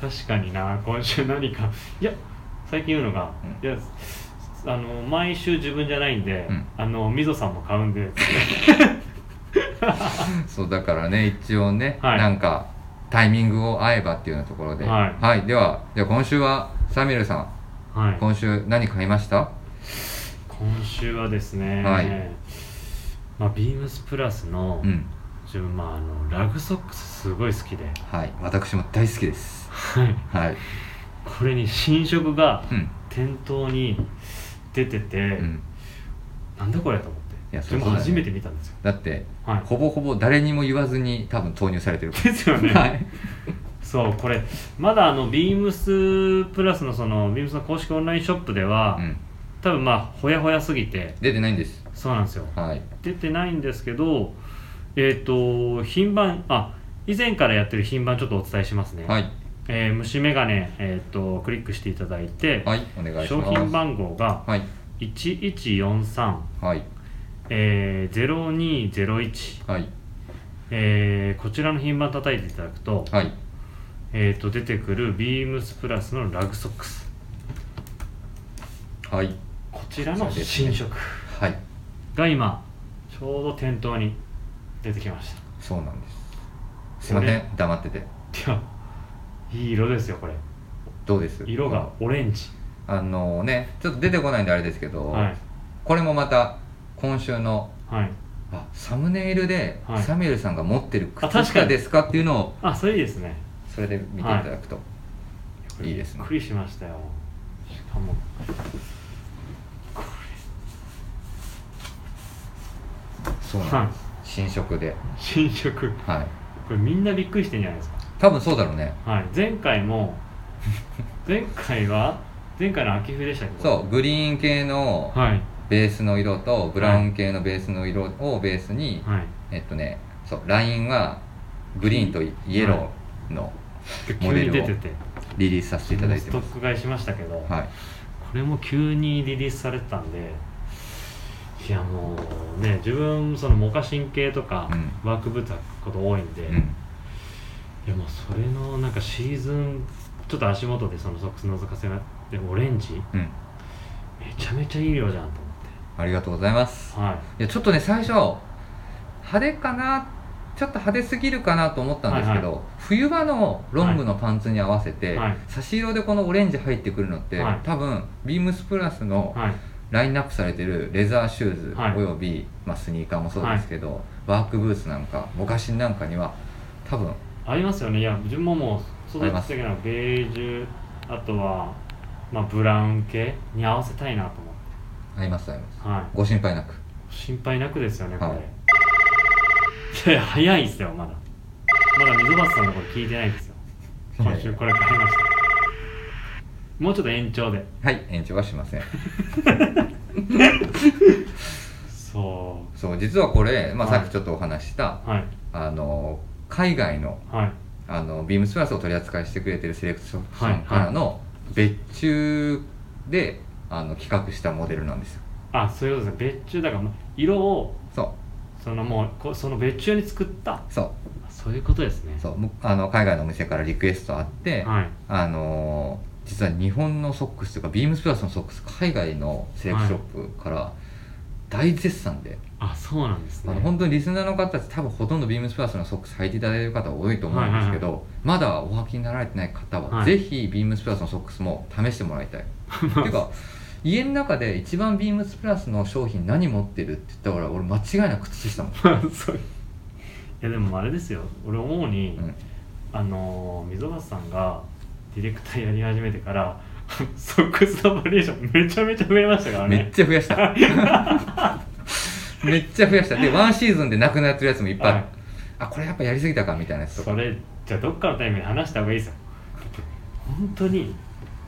Speaker 2: 確かにな今週何かいや最近言うのが、
Speaker 1: う
Speaker 2: いやあの毎週自分じゃないんで、
Speaker 1: うん
Speaker 2: あのみぞさんも買うんで
Speaker 1: そうだからね一応ね、
Speaker 2: はい
Speaker 1: なんかタイミングを合えばっていうようなところでは、
Speaker 2: はい
Speaker 1: ではじゃあ今週はサミュエルさん
Speaker 2: はい、
Speaker 1: 今週何買いました
Speaker 2: 今週はですね、
Speaker 1: はい
Speaker 2: まあ、ビームスプラスの、
Speaker 1: うん
Speaker 2: 自分、まあ、あのラグソックスすごい好きで、
Speaker 1: はい私も大好きです
Speaker 2: はい、
Speaker 1: はい
Speaker 2: これに新色が
Speaker 1: うん
Speaker 2: 店頭に出てて、
Speaker 1: うん
Speaker 2: なんだこれと思っ
Speaker 1: い
Speaker 2: て
Speaker 1: や
Speaker 2: 自分
Speaker 1: そうだよね
Speaker 2: 初めて見たんですよ、
Speaker 1: だって
Speaker 2: はい、
Speaker 1: ほぼほぼ誰にも言わずに多分投入されてるか
Speaker 2: ですよね、
Speaker 1: らはい
Speaker 2: そうこれまだあのビームスプラスのそのビームスの公式オンラインショップでは、
Speaker 1: うん
Speaker 2: 多分まあほやほやすぎて
Speaker 1: 出てないんです
Speaker 2: そうなんですよ
Speaker 1: はい
Speaker 2: 出てないんですけどえっ、と品番あ以前からやってる品番ちょっとお伝えしますね、
Speaker 1: はい
Speaker 2: えー虫眼鏡、えっとクリックしていただいて、
Speaker 1: はいお願いし
Speaker 2: 商
Speaker 1: ます
Speaker 2: 品番号が
Speaker 1: はい
Speaker 2: 1143
Speaker 1: はい
Speaker 2: えー、0201、
Speaker 1: はい
Speaker 2: えーこちらの品番叩いていただくと,、
Speaker 1: はい
Speaker 2: えー、と出てくるビームスプラスのラグソックス
Speaker 1: はい
Speaker 2: こちらの新色
Speaker 1: はい
Speaker 2: が今ちょうど店頭に出てきまし
Speaker 1: そうなんですすいません黙ってて
Speaker 2: たいやいい色ですよこれ
Speaker 1: どうです
Speaker 2: 色がオレンジ
Speaker 1: あのねちょっと出てこないんであれですけど、
Speaker 2: はい
Speaker 1: これもまた今週の
Speaker 2: はい
Speaker 1: あサムネイルで
Speaker 2: はい
Speaker 1: サミュエルさんが持ってる
Speaker 2: あ確
Speaker 1: 靴
Speaker 2: か
Speaker 1: 下
Speaker 2: に
Speaker 1: ですかっていうのを
Speaker 2: あそれいいですね
Speaker 1: それで見ていただくと、
Speaker 2: これ
Speaker 1: いいですね
Speaker 2: びっくりしましたよしかもこ
Speaker 1: そう
Speaker 2: れ
Speaker 1: なん
Speaker 2: はい
Speaker 1: です新色で
Speaker 2: 新色
Speaker 1: はい
Speaker 2: これみんなびっくりしてんじゃないですか
Speaker 1: 多分そうだろうね
Speaker 2: はい、前回
Speaker 1: *laughs*
Speaker 2: も前回は前回の秋冬でしたっけ
Speaker 1: そうグリーン系の
Speaker 2: はい
Speaker 1: ベースの色とブラウン系のベースの色をベースに、
Speaker 2: はい
Speaker 1: えっとねそうラインはグリーンとイエローの
Speaker 2: で
Speaker 1: モ
Speaker 2: 急
Speaker 1: デ
Speaker 2: に
Speaker 1: ル
Speaker 2: 出
Speaker 1: を
Speaker 2: てて
Speaker 1: リリースさせていただいて
Speaker 2: スト
Speaker 1: ま
Speaker 2: ッ
Speaker 1: す
Speaker 2: ク買いしましたけど、こ
Speaker 1: はい
Speaker 2: れも急にリリースされてたんでいやもうね自分そのモカシン系とか、
Speaker 1: うん
Speaker 2: ワークブーツ履くこと多いんで、
Speaker 1: う
Speaker 2: い
Speaker 1: ん
Speaker 2: やもうそれのなんかシーズンちょっと足元でそのソックス覗かせがでオレンジ
Speaker 1: うん
Speaker 2: めちゃめちゃいい量じゃんと思っ
Speaker 1: ありがとうございます
Speaker 2: てはい
Speaker 1: いやちょっとね最初派手かなちょっと派手すぎるかなと思ったんですけど、
Speaker 2: は
Speaker 1: 冬場のロングのパンツに合わせて、
Speaker 2: はい
Speaker 1: 差し色でこのオレンジ入ってくるのって、
Speaker 2: はい
Speaker 1: 多分ビームスプラスの
Speaker 2: はい
Speaker 1: ラインナップされてるレザーシューズ、
Speaker 2: はい
Speaker 1: および、まあ、スニーカーもそうですけど、ワークブーツなんかボカシンなんかには多分
Speaker 2: ありますよねいや自分ももう育ててたのベージュあとは、まあ、ブラウン系に合わせたいなと思っ
Speaker 1: 合います合います
Speaker 2: てはい
Speaker 1: ご心配なく
Speaker 2: 心配なくですよねこれ、、
Speaker 1: はい
Speaker 2: や早いっすよまだまだ溝端さんのこれ聞いてないですよ今週これ買いましたもうちょっと延長で
Speaker 1: はい延長はしま
Speaker 2: *laughs*
Speaker 1: せん
Speaker 2: そ
Speaker 1: そう実はこれ、まあ、
Speaker 2: はい
Speaker 1: さっきちょっとお話しした、
Speaker 2: うはい
Speaker 1: あの海外の
Speaker 2: はい
Speaker 1: あのビームスプラスを取り扱いしてくれてるセレクションさんからの別注であの企画したモデルなんですよ
Speaker 2: あそういうことですね別注だからもう色を
Speaker 1: そ
Speaker 2: そのもうこその別注に作った
Speaker 1: うそ
Speaker 2: そういうことですね
Speaker 1: うそうむあの海外のお店からリクエストあって、
Speaker 2: はい
Speaker 1: あのー実は日本のソックスというかビームスプラスのソックス海外のセレクショップから大絶賛で、
Speaker 2: あそうなんですね
Speaker 1: あの本当にリスナーの方たち多分ほとんどビームスプラスのソックス履いていただいてる方多いと思うんですけど、まだお履きになられてない方は、
Speaker 2: はい
Speaker 1: ぜひビームスプラスのソックスも試してもらい *laughs* たいっていうか家の中で一番ビームスプラスの商品何持ってるって言ったら俺間違いなく靴下もん、
Speaker 2: まあ *laughs* そういやでもあれですよ俺思うに、
Speaker 1: うん
Speaker 2: あのー溝端さんがディレクターやり始めてから *laughs* ソックスのバリエーションめちゃめちゃ増えましたから
Speaker 1: めっ
Speaker 2: ね
Speaker 1: ちゃ増や
Speaker 2: *laughs*
Speaker 1: しためっちゃ増やしたでワンシーズンでなくなってるやつもいっぱいある、
Speaker 2: はい
Speaker 1: あこれやっぱやりすぎたかみたいなやつと
Speaker 2: そ
Speaker 1: か
Speaker 2: れじゃあどっかのタイミングで話した方がいいですよ本当に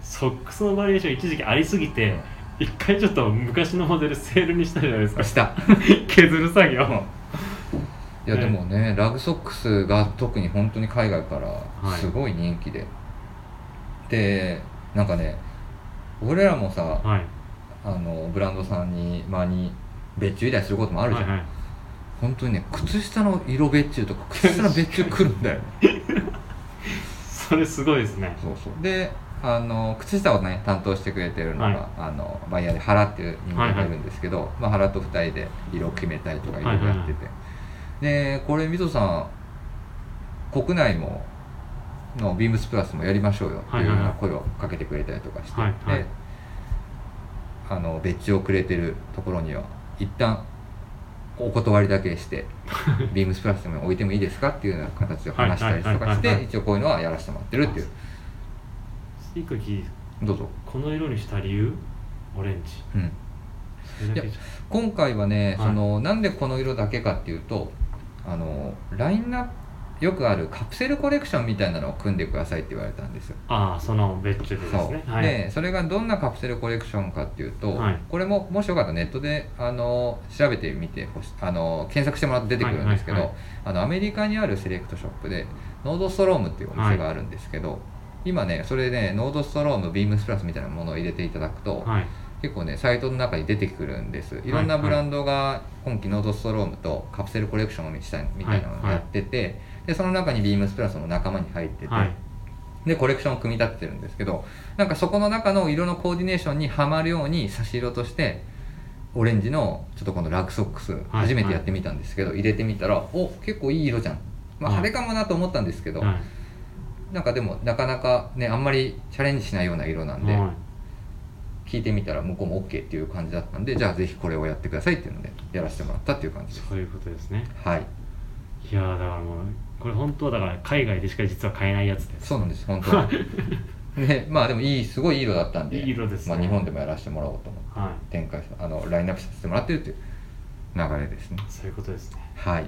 Speaker 2: ソックスのバリエーション一時期ありすぎて一回ちょっと昔のモデルセールにしたじゃないですか *laughs*
Speaker 1: した
Speaker 2: 削る作業
Speaker 1: いや
Speaker 2: ね
Speaker 1: でもねラグソックスが特に本当に海外から
Speaker 2: い
Speaker 1: すごい人気で、でなんかね俺らもさ、
Speaker 2: はい
Speaker 1: あのブランドさんに,、まあ、に別注依頼することもあるじゃん、
Speaker 2: はいはい
Speaker 1: 本当にね靴下の色別注とか靴下の別注来るんだよ
Speaker 2: それすごいですね
Speaker 1: そうそうであの靴下をね担当してくれてるのが、
Speaker 2: はい
Speaker 1: あのバイヤーで原っていう人間がいるんですけど、まあ、原と2人で色を決めたりとかいろいろやってて、でこれみぞさん国内ものビームスプラスもやりましょうよっていうよう
Speaker 2: はいはい
Speaker 1: な
Speaker 2: はい
Speaker 1: 声をかけてくれたりとかして、
Speaker 2: はいはい
Speaker 1: であの別注をくれてるところには一旦お断りだけ
Speaker 2: *laughs*
Speaker 1: してビームスプラスでも置いてもいいですかっていうような形で話したりとかし
Speaker 2: はいはいはいはいはい
Speaker 1: て一応こういうのはやらせてもらってるっていう
Speaker 2: 一個聞いて
Speaker 1: どうぞ、
Speaker 2: この色にした理由オレンジ
Speaker 1: うん、
Speaker 2: それだけじ
Speaker 1: 今回はね、
Speaker 2: はい
Speaker 1: そのなんでこの色だけかっていうとあのラインナップよくあるカプセルコレクションみたいなのを組んでくださいって言われたんですよ。
Speaker 2: ゃああその別注でです
Speaker 1: そう
Speaker 2: ねはい、
Speaker 1: でそれがどんなカプセルコレクションかっていうと、
Speaker 2: はい
Speaker 1: これももしよかったらネットであの調べてみてほしあの検索してもらって出てくるんですけど、
Speaker 2: はいはい
Speaker 1: あのアメリカにあるセレクトショップでノードストロームっていうお店があるんですけど、今ねそれねノードストロームビームスプラスみたいなものを入れていただくと、
Speaker 2: はい
Speaker 1: 結構ねサイトの中に出てくるんですいろんなブランドが今期ノードストロームとカプセルコレクションをみたいみたいなのをやってて、でその中にビームスプラスの仲間に入ってて、
Speaker 2: はい
Speaker 1: でコレクションを組み立ててるんですけどなんかそこの中の色のコーディネーションにはまるように差し色としてオレンジのちょっとこのラックソックス初めてやってみたんですけど、入れてみたらお結構いい色じゃん、まあ、
Speaker 2: はい
Speaker 1: 派手かもなと思ったんですけど、
Speaker 2: は
Speaker 1: なんかでもなかなかねあんまりチャレンジしないような色なん
Speaker 2: い
Speaker 1: で、
Speaker 2: は
Speaker 1: 聞いてみたら向こうも OK っていう感じだったんでじゃあぜひこれをやってくださいっていうのでやらせてもらったっていう感
Speaker 2: い
Speaker 1: じです
Speaker 2: そういうことですね
Speaker 1: はい
Speaker 2: いやーだからもうこれ本当はだから海外でしか実は買えないやつです
Speaker 1: そうなんです本当はねまあでもいいすごいいい色だったんで
Speaker 2: いい色ですね
Speaker 1: まあ、日本でもやらせてもらおうと思って
Speaker 2: は
Speaker 1: 展開あのラインナップさせてもらってるっていう流れですね
Speaker 2: いそういうことですね
Speaker 1: はい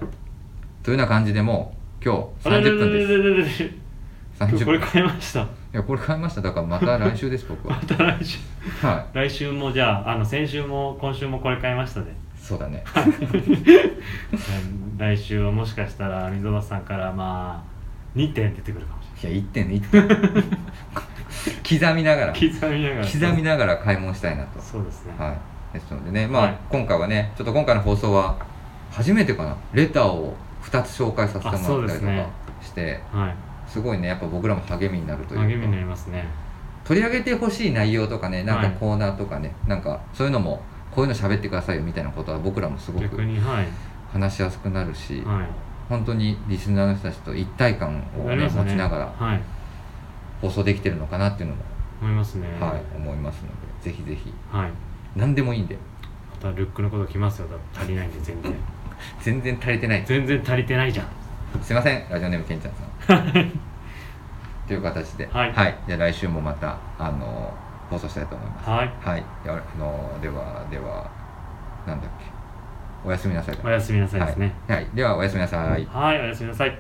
Speaker 1: というような感じでもう今日
Speaker 2: あれれ
Speaker 1: 30
Speaker 2: れ
Speaker 1: 分
Speaker 2: れ
Speaker 1: です
Speaker 2: れれれれ
Speaker 1: 30
Speaker 2: これ
Speaker 1: 分い
Speaker 2: 買いました
Speaker 1: やこれ買いましただからまた来週です僕は
Speaker 2: また来週
Speaker 1: は
Speaker 2: 来週もじゃああの先週も今週もこれ買いましたね
Speaker 1: いそうだね
Speaker 2: 来週はもしかしたら溝端さんからまあ2点出てくるかもし
Speaker 1: いや1点1点刻みながら
Speaker 2: れない刻みながら
Speaker 1: 刻みながら買い物したいなと
Speaker 2: そうですね
Speaker 1: はい、ですのでね、まあ
Speaker 2: はい
Speaker 1: 今回はねちょっと今回の放送は初めてかなレターを2つ紹介させて
Speaker 2: あそ
Speaker 1: も
Speaker 2: う
Speaker 1: らったり
Speaker 2: です
Speaker 1: と
Speaker 2: ね
Speaker 1: かして、
Speaker 2: はい
Speaker 1: すごいねやっぱ僕らも励みになるというか
Speaker 2: 励みになりますね
Speaker 1: 取り上げてほしい内容とかねなんか
Speaker 2: はい
Speaker 1: コーナーとかね、なんかそういうのもこういうの喋ってくださいよみたいなことは僕らもすご
Speaker 2: 逆
Speaker 1: く
Speaker 2: にはい
Speaker 1: 話しやすくなるし、
Speaker 2: はい
Speaker 1: 本当にリスナーの人たちと一体感を
Speaker 2: な
Speaker 1: ね、
Speaker 2: りますね
Speaker 1: 持ちながら
Speaker 2: はい
Speaker 1: 放送できてるのかなっていうのも、
Speaker 2: 思いますね
Speaker 1: はい、思いますのでぜひぜひ
Speaker 2: はい
Speaker 1: 何でもいいんで
Speaker 2: またルックのこと来ますよだって足りないんで全然
Speaker 1: 全然足りてない
Speaker 2: 全然足りてないじゃん
Speaker 1: すいませんラジオネームけんちゃんさん *laughs* という形では
Speaker 2: はい
Speaker 1: じゃあ来週もまたあの放送したいと思います
Speaker 2: はい
Speaker 1: はいではあのではではなんだっけおやすみなさいだ
Speaker 2: おやすみなさいですね
Speaker 1: はい、はい、ではおやすみなさい
Speaker 2: はいおやすみなさい